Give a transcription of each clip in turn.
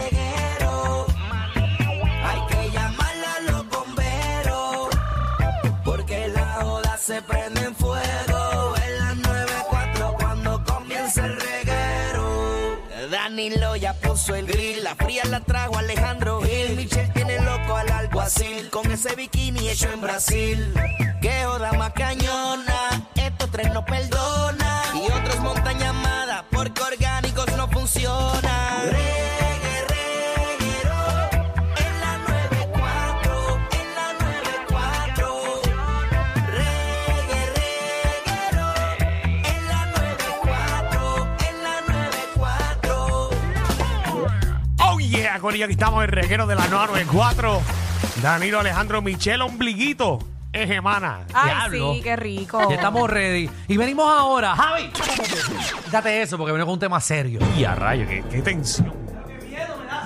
Pero Hay que llamar a los bomberos porque la joda se prende en fuego. En las 94 cuando comienza el reguero. Danilo ya puso el grill, la fría la trajo Alejandro Gil. Michel tiene loco al alguacil con ese bikini hecho en Brasil. Que joda más cañona, estos tres no perdonan. Y otros montan llamada porque orgánicos no funcionan. Reggae, reguero, en la 94, en la 94. Reggae, reguero, en la 94, en la 94. Oh yeah, Corillo, aquí estamos el reguero de la 994. Danilo Alejandro Michel, ombliguito. Es semana. Ay, Diablo. sí, qué rico. Ya estamos ready. Y venimos ahora. ¡Javi! Quítate eso porque venimos con un tema serio. Y a rayo, qué, qué tensión.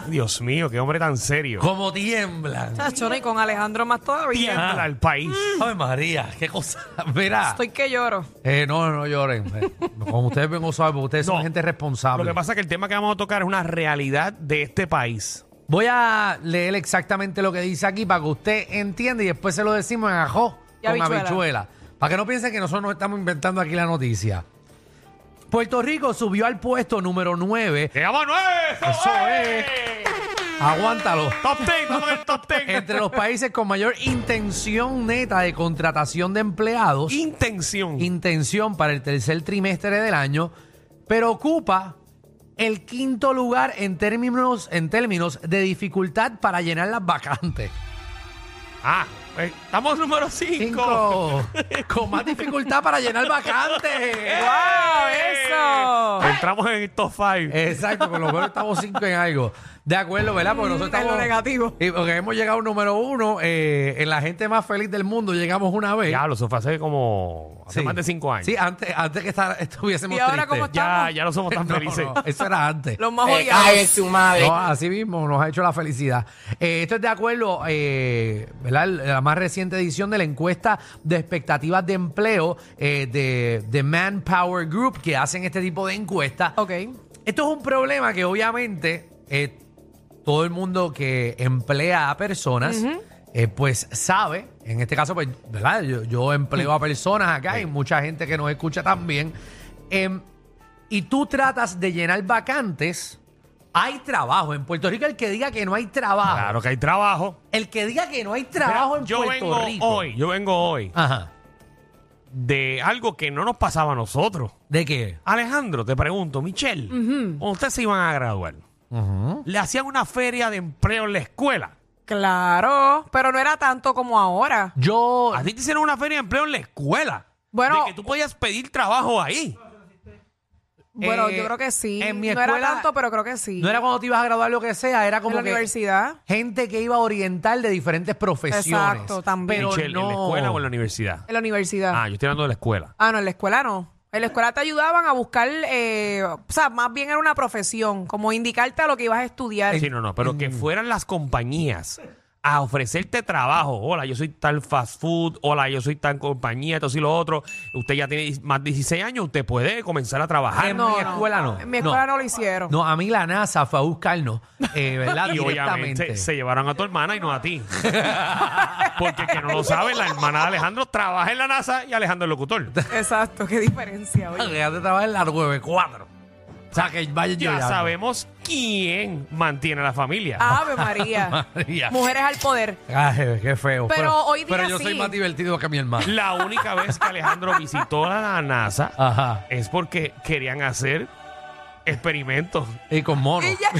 Dios mío, qué hombre tan serio. Como tiemblan. Chacho, y con Alejandro más todavía. Tiembla al país. Ave María, qué cosa. Mira. Estoy que lloro. Eh, no, no lloren. Eh, Como ustedes ven, saben, porque ustedes No. son gente Lo responsable. que pasa es que el tema que vamos a tocar es una realidad de este país. Voy a leer exactamente lo que dice aquí para que usted entienda y después se lo decimos en ajo Y con habichuela. habichuela. Para que no piensen que nosotros nos estamos inventando aquí la noticia. Puerto Rico subió al puesto número 9. ¡Llegamos a nueve! ¡Eso, Eso es! es. Aguántalo. ¡Top 10! ¡Vamos al top 10! entre los países con mayor intención neta de contratación de empleados, Intención. intención para el tercer trimestre del año, pero ocupa el quinto lugar en términos, en términos de dificultad para llenar las vacantes. ah, eh, estamos número 5. Cinco. Con más dificultad para llenar vacantes. ¡Ah, ¡Wow! ¡Eso! Entramos en el top 5. Exacto, por lo menos estamos cinco en algo. De acuerdo, ¿verdad? Porque nosotros Mm, en lo estamos. negativo. Y porque hemos llegado número uno eh, en la gente más feliz del mundo. Llegamos una vez. Diablo, eso fue hace como... Hace Sí. más de 5 años. Sí, ah, antes, antes que estar- estuviésemos ¿Y ahora tristes. cómo está? ya, estamos- ya no somos tan No, felices. no, eso era antes. Los más odiados. No, así mismo nos ha hecho la felicidad. Eh, esto es de acuerdo, eh, ¿verdad? La más reciente edición de la encuesta de expectativas de empleo eh, de, de Manpower Group, que hacen este tipo de encuestas. Ok. Esto es un problema que obviamente eh, todo el mundo que emplea a personas, eh, pues sabe, en este caso, pues, ¿verdad? Yo, yo empleo Mm. a personas acá y mucha gente que nos escucha también. Em, y tú tratas de llenar vacantes, hay trabajo. En Puerto Rico el que diga que no hay trabajo, Claro que hay trabajo. el que diga que no hay trabajo en yo Puerto vengo Rico. hoy, yo vengo hoy Ajá. de algo que no nos pasaba a nosotros. ¿De qué? Alejandro, te pregunto, Michelle, cuando ustedes se iban a graduar, le hacían una feria de empleo en la escuela. Claro, pero no era tanto como ahora. Yo... A ti te hicieron una feria de empleo en la escuela. Bueno- de que tú podías pedir trabajo ahí. Bueno, Eh, yo creo que sí. en mi no era escuela- tanto, pero creo que sí. No era cuando te ibas a graduar lo que sea, era en como la que universidad. gente que iba a orientar de diferentes profesiones. Exacto, también. Pero Michelle, no. ¿en la escuela o en la universidad? En la universidad. Ah, yo estoy hablando de la escuela. Ah, no, en la escuela no. En la escuela te ayudaban a buscar, eh, o sea, más bien era una profesión, como indicarte a lo que ibas a estudiar. Sí, no, no, pero Mm. que fueran las compañías a ofrecerte trabajo. Hola, yo soy tal fast food. Hola, yo soy tal compañía, esto y lo otro. Usted ya tiene más de 16 años, usted puede comenzar a trabajar. En mi escuela Ah, no. En mi escuela no, lo hicieron. No, a mí la NASA fue a buscarnos, eh, ¿verdad? Y obviamente Directamente. se llevaron a tu hermana y no a ti. Porque el que no lo sabe, la hermana de Alejandro trabaja en la NASA y Alejandro es locutor. Ah, Exacto, qué diferencia. oye. Déjate trabajar en la 94. O sea, que vaya yo Ya ya. Ah. sabemos quién mantiene a la familia. Ave María. María. Mujeres al poder. Ay, qué feo. Pero hoy día Pero yo sí. soy más divertido que mi hermano. La única vez que Alejandro visitó a la NASA Ajá. es porque querían hacer experimentos. Y con mono. Y ya.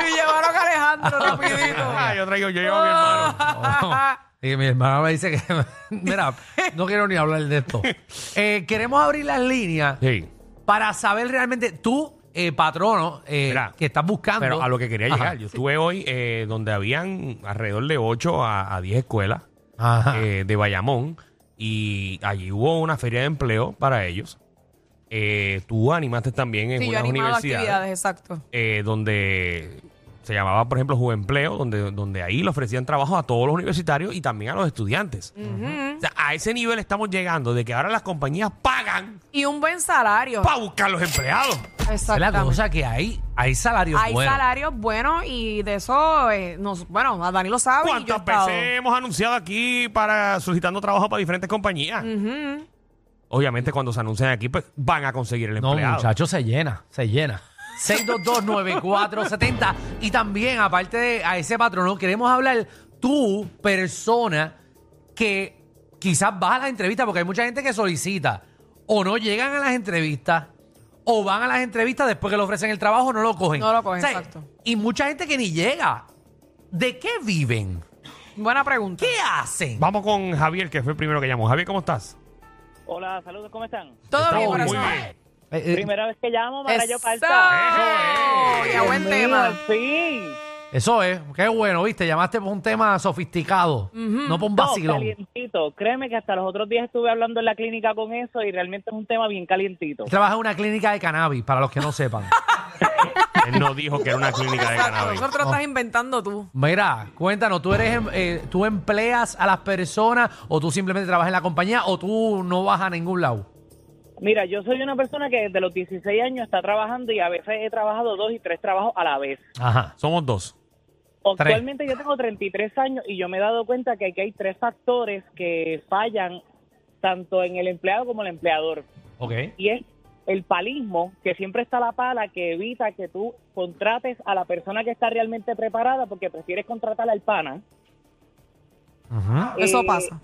y llevaron a Alejandro Ah, rapidito. yo traigo, yo llevo a mi hermano. Ah. Y mi hermana me dice que, mira, no quiero ni hablar de esto. Eh, queremos abrir las líneas Sí. para saber realmente tú, eh, patrono, eh, Mira, que estás Ah, buscando. Pero a lo que quería Ajá. llegar, yo estuve hoy eh, donde habían alrededor de 8 a, a 10 escuelas Ajá. eh, de Bayamón y allí hubo una feria de empleo para ellos. Eh, tú animaste también en Sí, yo he unas animado universidades. actividades, exacto. eh, donde se llamaba, por ejemplo, Juvenpleo, donde, donde ahí le ofrecían trabajo a todos los universitarios y también a los estudiantes. O sea, a ese nivel estamos llegando de que ahora las compañías pagan Y un buen salario. para buscar los empleados. Es la Exactamente. cosa que hay, hay salarios Hay buenos. salarios buenos y de eso, eh, nos, bueno, a Dani lo sabe. y yo he ¿Cuántas estado. veces hemos anunciado aquí para solicitando trabajo para diferentes compañías? Obviamente, cuando se anuncian aquí, pues van a conseguir el No, empleado. muchachos, se llena, se llena. 6229470. y también, aparte de a ese patrono, queremos hablar tú, persona, que quizás vas a las entrevistas, porque hay mucha gente que solicita o no llegan a las entrevistas. O van a las entrevistas después que le ofrecen el trabajo, no lo cogen. No lo cogen, exacto. Y mucha gente que ni llega. ¿De qué viven? Buena pregunta. ¿Qué hacen? Vamos con Javier, que fue el primero que llamó. Javier, ¿cómo estás? Hola, saludos, ¿cómo están? Todo Estamos bien, muy corazón. bien. Eh, eh, Primera vez que llamo para yo Exacto. partar. Eso es. Qué buen tema. Sí. Eso es, qué bueno, viste, llamaste por un tema sofisticado, no por un No, vacilón. calientito. Créeme que hasta los otros días estuve hablando en la clínica con eso y realmente es un tema bien calientito. Él Trabaja en una clínica de cannabis, para los que no sepan. Él no dijo que era una clínica de Exacto. cannabis. Nosotros lo estás inventando tú. Mira, cuéntanos, ¿tú eres em- eh, tú empleas a las personas o tú simplemente trabajas en la compañía o tú no vas a ningún lado? Mira, yo soy una persona que desde los 16 años está trabajando y a veces he trabajado dos y tres trabajos a la vez. Ajá. Somos dos. Actualmente yo tengo 33 años y yo me he dado cuenta que aquí hay tres factores que fallan tanto en el empleado como el empleador. Ok. y es el palismo, que siempre está la pala que evita que tú contrates a la persona que está realmente preparada porque prefieres contratar al pana. Eso Eh, pasa.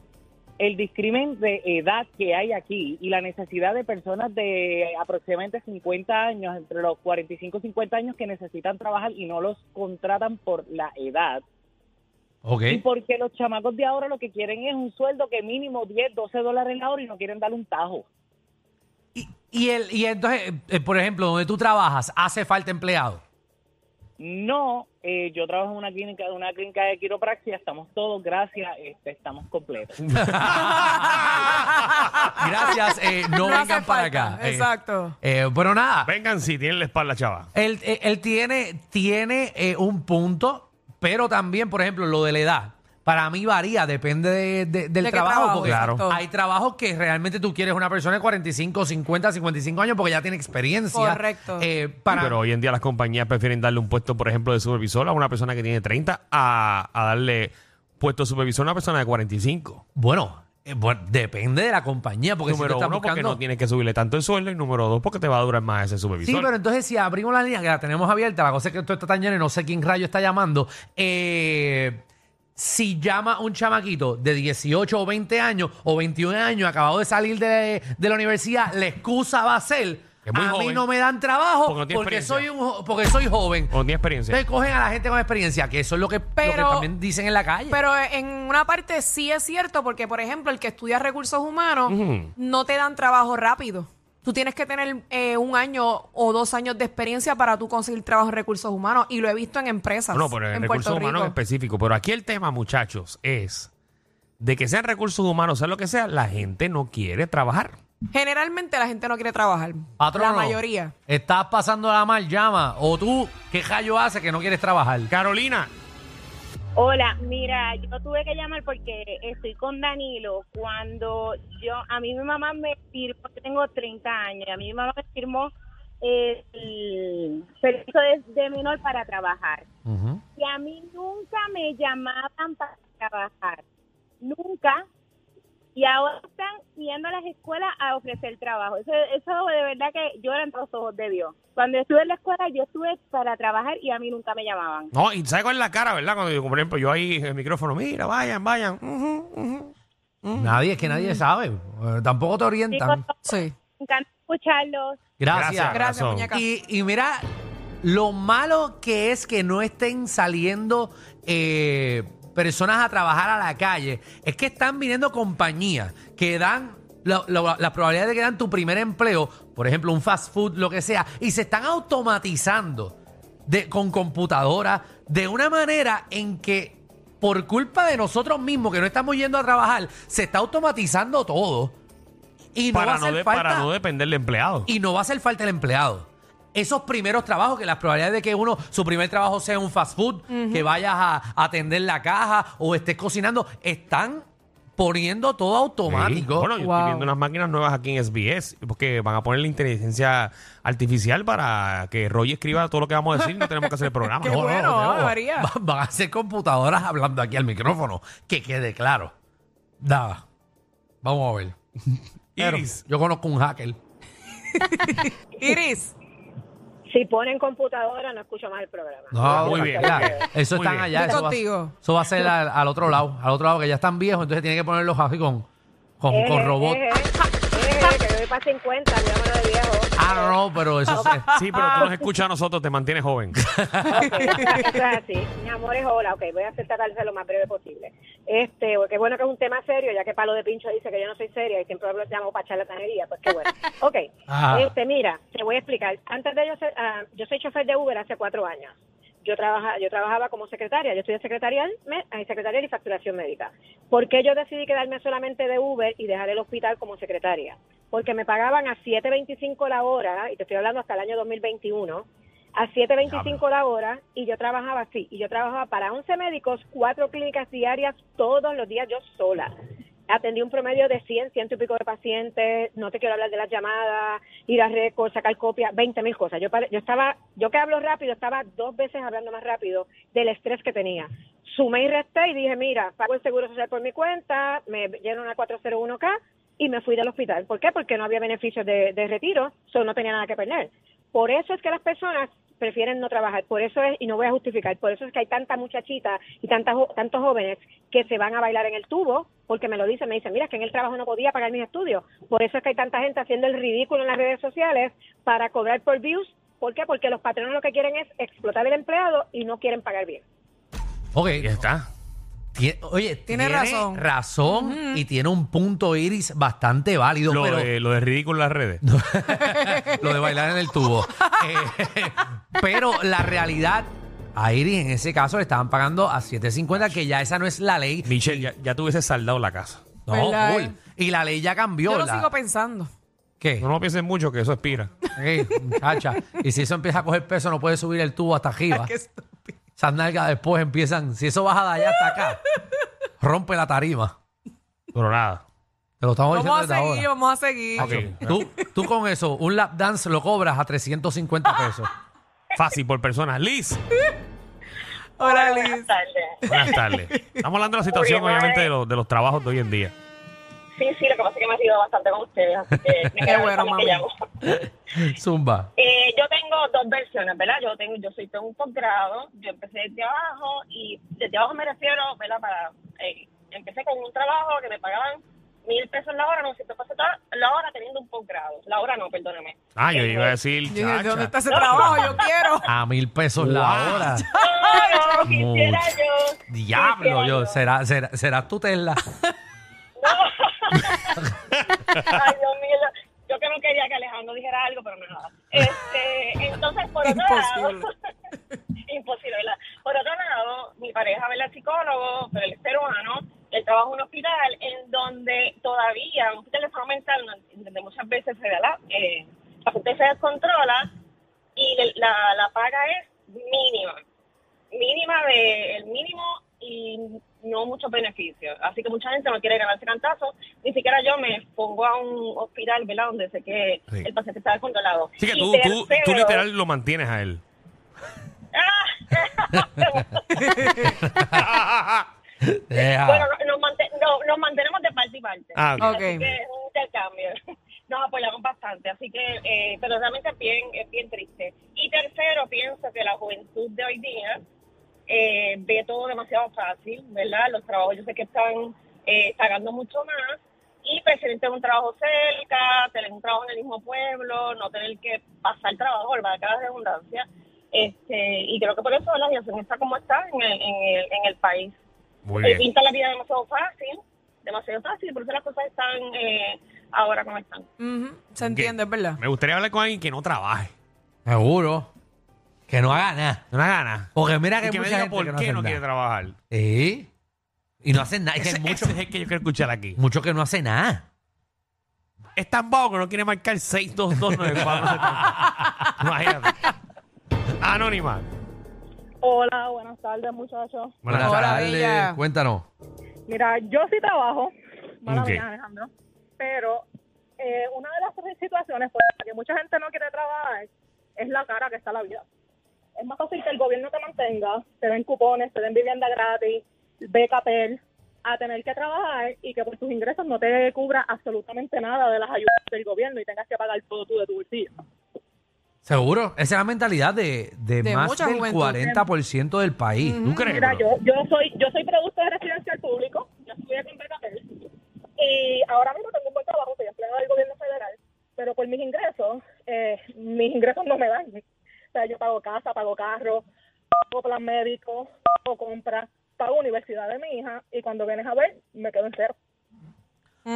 El discrimen de edad que hay aquí y la necesidad de personas de aproximadamente 50 años, entre los 45 y 50 años que necesitan trabajar y no los contratan por la edad. Ok. Y porque los chamacos de ahora lo que quieren es un sueldo que mínimo 10, 12 dólares la hora y no quieren dar un tajo. Y, y el, y entonces, eh, eh, por ejemplo, donde tú trabajas, ¿hace falta empleado? No, eh, yo trabajo en una clínica, una clínica de quiropraxia, estamos todos, gracias, este, estamos completos. Gracias, eh, no, No hace vengan para falta, acá. Eh, exacto. eh, bueno, nada. Vengan si tienen la espalda, chava. Él, eh, él tiene, tiene eh, un punto, pero también, por ejemplo, lo de la edad. Para mí varía, depende de- de- del ¿De qué trabajo. trabajo? porque Exacto. Hay trabajos que realmente tú quieres una persona de 45, 50, 55 años porque ya tiene experiencia. Correcto. Eh, para, Pero hoy en día las compañías prefieren darle un puesto, por ejemplo, de supervisor a una persona que tiene 30 a, a darle puesto de supervisor a una persona de 45. bueno, eh, bueno, depende de la compañía. Porque si número tú uno, estás porque buscando- no tienes que subirle tanto el sueldo. Y número dos, porque te va a durar más ese supervisor. Sí, pero entonces si abrimos las líneas que la tenemos abierta, la cosa es que esto está tan lleno y no sé quién rayo está llamando. eh, si llama un chamaquito de 18 o 20 años o 21 años acabado de salir de, de la universidad, la excusa va a ser, Que es muy a mí joven. no me dan trabajo Porque no porque, tiene soy, experiencia. un, jo- porque soy joven. O no tiene experiencia. Entonces cogen a la gente con experiencia, que eso es lo que, lo que Pero- también dicen en la calle. Pero en una parte sí es cierto, porque por ejemplo, el que estudia recursos humanos no te dan trabajo rápido. Tú tienes que tener eh, un año o dos años de experiencia para tú conseguir trabajo en recursos humanos. Y lo he visto en empresas. Ah, No, pero en, en recursos Puerto Rico. humanos en específico. Pero aquí el tema, muchachos, es de que sean recursos humanos, sea lo que sea, la gente no quiere trabajar. Generalmente la gente no quiere trabajar. Patrono, La mayoría. Estás pasando la mal, llama. O tú, ¿qué rayo hace que no quieres trabajar? Carolina, Hola, mira, yo tuve que llamar porque estoy con Danilo. Cuando yo, a mí mi mamá me firmó, yo tengo 30 años, y a mí mi mamá me firmó el permiso de, de menor para trabajar. Y a mí nunca me llamaban para trabajar, nunca. y ahora están yendo a las escuelas a ofrecer trabajo. Eso, eso de verdad que lloran los ojos de Dios. Cuando estuve en la escuela, yo estuve para trabajar y a mí nunca me llamaban. No, y sabes cuál es la cara, ¿verdad? Cuando yo, por ejemplo, yo ahí en el micrófono, mira, vayan, vayan. ujú, ujú. Nadie, es que nadie sabe. Eh, tampoco te orientan. Chicos, Sí. me encanta escucharlos. Gracias. Gracias, Corazón. muñeca. Y, y mira lo malo que es que no estén saliendo eh, personas a trabajar a la calle. Es que están viniendo compañías que dan la, la- la probabilidad de que dan tu primer empleo, por ejemplo, un fast food, lo que sea, y se están automatizando de, con computadoras de una manera en que por culpa de nosotros mismos que no estamos yendo a trabajar, se está automatizando todo. Y no va para, a no hacer de- falta para no depender del empleado. y no va a hacer falta el empleado. Esos primeros trabajos, que las probabilidades de que uno, su primer trabajo sea un fast food, que vayas a atender la caja o estés cocinando, están poniendo todo automático. Sí. Bueno, yo estoy Wow. viendo unas máquinas nuevas aquí en SBS, porque van a poner la inteligencia artificial para que Roy escriba todo lo que vamos a decir y no tenemos que hacer el programa. Qué No, no, bueno, no, no. ah, María. Va- Van a ser computadoras hablando aquí al micrófono. Que quede claro. Nada. Vamos a ver. Pero Iris, yo conozco un hacker. Iris, Si ponen computadora, no escucho más el programa. No, Ah, Muy muy bien. bien. Eso Muy están bien. allá. Estoy Eso va, contigo. eso va a ser al, al otro lado. Al otro lado, que ya están viejos, entonces tienen que ponerlos así con, con, con Eh, robot. Eje, eje, eh, que yo voy para 50, mi amor de viejo. Ah, no, no, pero eso se- sí, pero tú nos escuchas a nosotros, te mantienes joven. Ok, eso es así. Mi amor es hola, ok, voy a intentar darse lo más breve posible. Este, porque bueno que es un tema serio, ya que Palo de Pincho dice que yo no soy seria y siempre lo llamo para charlatanería, pues qué bueno. Ok, Ajá. este, mira, te voy a explicar. Antes de yo ser, ah, yo soy chofer de Uber hace cuatro años. Yo, trabaja, yo trabajaba como secretaria, yo estudié secretarial, me- ah, secretarial y facturación médica. ¿Por qué yo decidí quedarme solamente de Uber y dejar el hospital como secretaria? Porque me pagaban a 7.25 la hora, y te estoy hablando hasta el año 2021, a 7.25 la hora y yo trabajaba así. Y yo trabajaba para 11 médicos, cuatro clínicas diarias, todos los días yo sola. Atendí un promedio de 100, ciento y pico de pacientes, no te quiero hablar de las llamadas, ir a récord, sacar copias, 20 mil cosas. Yo, pare- yo estaba, yo que hablo rápido, estaba dos veces hablando más rápido del estrés que tenía. Sumé y resté y dije, mira, pago el seguro social por mi cuenta, me lleno una 401k y me fui del hospital. ¿Por qué? Porque no había beneficios de, de retiro, solo no tenía nada que perder. Por eso es que las personas prefieren no trabajar, por eso es, y no voy a justificar, por eso es que hay tanta muchachita y tantas jo- tantos jóvenes que se van a bailar en el tubo, porque me lo dicen, me dicen, mira, es que en el trabajo no podía pagar mis estudios, por eso es que hay tanta gente haciendo el ridículo en las redes sociales para cobrar por views, ¿por qué? Porque los patronos lo que quieren es explotar el empleado y no quieren pagar bien. Ok, Ya está. Tie- oye, Tiene tiene, razón. razón. y tiene un punto iris bastante válido, Lo, pero de, lo de ridículo en las redes. lo de bailar en el tubo. Eh, pero la realidad, a Iris en ese caso le estaban pagando a 7.50, que ya esa no es la ley. Michelle, ya, ya te hubiese saldado la casa. No, ¿Verdad, full. eh? Y la ley ya cambió. yo lo la- sigo pensando. ¿Qué? No, no pienses mucho que eso expira. Ey, muchacha. Y si eso empieza a coger peso, no puede subir el tubo hasta arriba. Qué estúpido. Esas nalgas después empiezan, si eso baja de allá hasta acá, rompe la tarima. Pero nada. Te lo Vamos estamos a diciendo desde ahora. seguir, vamos a seguir. Ok. Tú, tú con eso, un lap dance lo cobras a 350 pesos. Fácil por personas. Liz, Hola, Liz. buenas tardes. Estamos hablando de la situación, Oye, obviamente, de, los- de los trabajos de hoy en día. Sí, sí, lo que pasa es que me ha sido bastante con ustedes, así que me quedo bueno, con lo que mami. llamo. Zumba. Eh, yo tengo dos versiones, ¿verdad? Yo tengo, yo soy tengo un posgrado, yo empecé desde abajo y desde abajo me refiero, ¿verdad? Para, eh, empecé con un trabajo que me pagaban mil pesos la hora, no sé, pesos la hora teniendo un posgrado. La hora no, Eh, perdóname. Ah, yo iba a decir. Yo dije, ¿de dónde está chacha. ese trabajo? Yo quiero. A mil pesos Wow. la hora. No, no, quisiera Mucho. yo. Diablo, quisiera yo. ¿Será, será, será tu Tesla? Ay, Dios mío, yo- yo que no quería que Alejandro dijera algo, pero nada. Este, entonces, por otro Imposible. lado, imposible, ¿verdad? Por otro lado, mi pareja, ¿verdad? Psicólogo, pero él es peruano, él trabaja en un hospital en donde todavía, un hospital de salud mental, en donde muchas veces se da la, eh, la gente se descontrola y le- la, la paga es mínima mínima de el mínimo y no muchos beneficios. Así que mucha gente no quiere ganarse cantazo. Ni siquiera yo me pongo a un hospital, ¿verdad? Donde sé que Sí. el paciente está descontrolado. Así que Y tú, tú, tú tercero- literal lo mantienes a él. Ah, Deja. bueno, no- nos, mante- no- nos nos mantenemos de parte y parte. Ah, ok. Así Ok. que es un intercambio. Nos apoyamos bastante, así que, eh, pero realmente es bien, es bien triste. Y tercero, pienso que la juventud de hoy día eh, ve todo demasiado fácil, ¿verdad? Los trabajos yo sé que están eh, pagando mucho más y prefieren tener un trabajo cerca, tener un trabajo en el mismo pueblo, no tener que pasar trabajo, ¿verdad? Cada redundancia. Este, y creo que por eso la situación está como está en el, en el, en el país. Muy Eh, bien. pinta la vida demasiado fácil, demasiado fácil, por eso las cosas están eh, ahora como están. Ujú, Se entiende, es verdad. Me gustaría hablar con alguien que no trabaje. Seguro. Que no haga nada. No la gana. Porque mira que, Y que me mucha diga gente por que qué hace no quiere nada. trabajar. Sí. Y no hacen nada. Es que Ese, hay mucho, ese es el que yo quiero escuchar aquí. mucho que no hace nada. Es tan vago que no quiere marcar 6229470. Imagínate. Anónima. Hola, buenas tardes muchachos. Buenas Hola, tardes. tardes. Bella. Cuéntanos. Mira, yo sí trabajo, mala Ok. mía, Alejandro, pero eh, una de las situaciones por las que mucha gente no quiere trabajar es la cara que está la vida. Es más fácil que el gobierno te mantenga, te den cupones, te den vivienda gratis, beca PEL, a tener que trabajar y que por tus ingresos no te cubra absolutamente nada de las ayudas del gobierno y tengas que pagar todo tú de tu bolsillo. Seguro. Esa es la mentalidad de, de, De más mucha del juventud. 40% del país. ¿Tú crees? Mira, bro? yo, yo soy yo soy producto de residencial público, yo estudié con Becapel y ahora mismo tengo un buen trabajo, soy empleado del gobierno federal, pero por mis ingresos, eh, mis ingresos no me dan. O sea, yo pago casa, pago carro, pago plan médico, pago compra, pago universidad de mi hija y cuando vienes a ver, me quedo en cero.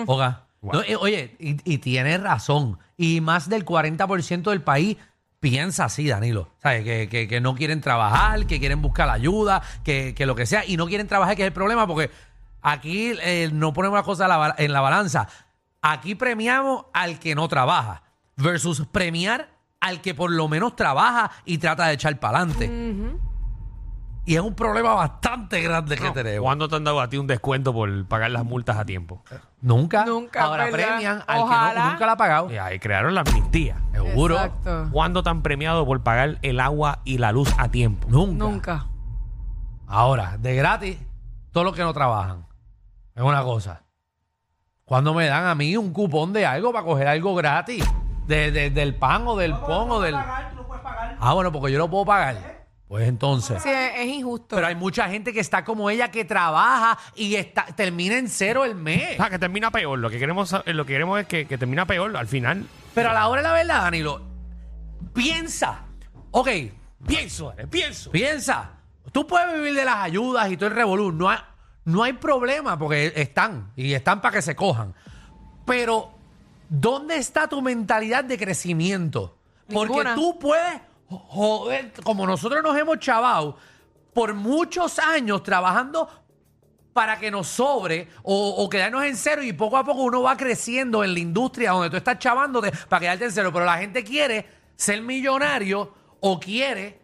Oga. Wow. No, eh, oye, y, y tienes razón. Y más del 40% del país piensa así, Danilo. ¿Sabes? Que, que- que no quieren trabajar, que quieren buscar ayuda, que, que lo que sea. Y no quieren trabajar, que es el problema, porque aquí eh, no ponemos las cosas a la ba- en la balanza. Aquí premiamos al que no trabaja versus premiar al que por lo menos trabaja y trata de echar para adelante. Y es un problema bastante grande que No, tenemos. ¿Cuándo te han dado a ti un descuento por pagar las multas a tiempo? Nunca. Nunca, Ahora ¿verdad? premian al que Ojalá. no, nunca la ha pagado. Y ahí crearon la amnistía. Seguro. Exacto. ¿Cuándo te han premiado por pagar el agua y la luz a tiempo? Nunca. Nunca. Ahora, de gratis, todos los que no trabajan. Es una cosa. Cuando me dan a mí un cupón de algo para coger algo gratis, de- de- del pan o del pon o del. Ah, bueno, porque yo lo puedo pagar. Pues entonces. Sí, es, es injusto. Pero hay mucha gente que está como ella que trabaja y está, termina en cero el mes. Ah, que termina peor. Lo que queremos, sa- lo que queremos es que, que termina peor al final. Pero a la hora de la verdad, Danilo, piensa. Ok, Pienso, eh, pienso. Piensa, tú puedes vivir de las ayudas y todo el revolú. No, hay- no hay problema porque están y están para que se cojan. Pero, ¿dónde está tu mentalidad de crecimiento? Porque Ninguna. tú puedes joder, como nosotros nos hemos chavado por muchos años trabajando para que nos sobre o, o quedarnos en cero y poco a poco uno va creciendo en la industria donde tú estás chavándote para quedarte en cero. Pero la gente quiere ser millonario o quiere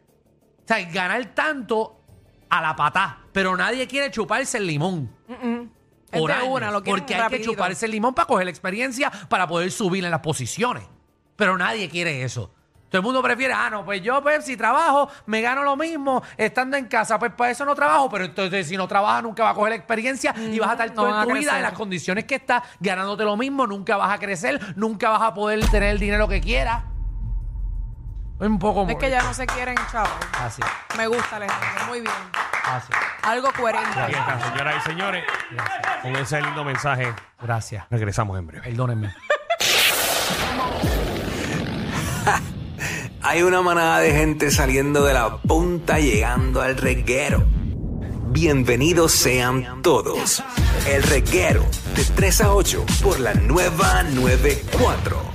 o sea, ganar tanto a la patá, pero nadie quiere chuparse el limón. Es por de años, una, lo quieren porque hay que rapidito. chuparse el limón para coger la experiencia, para poder subir en las posiciones. Pero nadie quiere eso. Todo el mundo prefiere, ah, no, pues yo pues, si trabajo, me gano lo mismo estando en casa. Pues para eso no trabajo, pero entonces si no trabajas nunca vas a coger la experiencia y vas a estar no toda vas a tu vida crecer. en las condiciones que estás, ganándote lo mismo, nunca vas a crecer, nunca vas a poder tener el dinero que quieras. Es un poco Es que ya no se quieren, chaval. Así, Me gusta, Alejandro. Muy bien. así. Algo Ahí coherente. está, señoras y señores, con ese lindo mensaje, Gracias. regresamos en breve. Perdónenme. Hay una manada de gente saliendo de la punta llegando al reguero. Bienvenidos sean todos. El reguero de 3 a 8 por la nueva 94.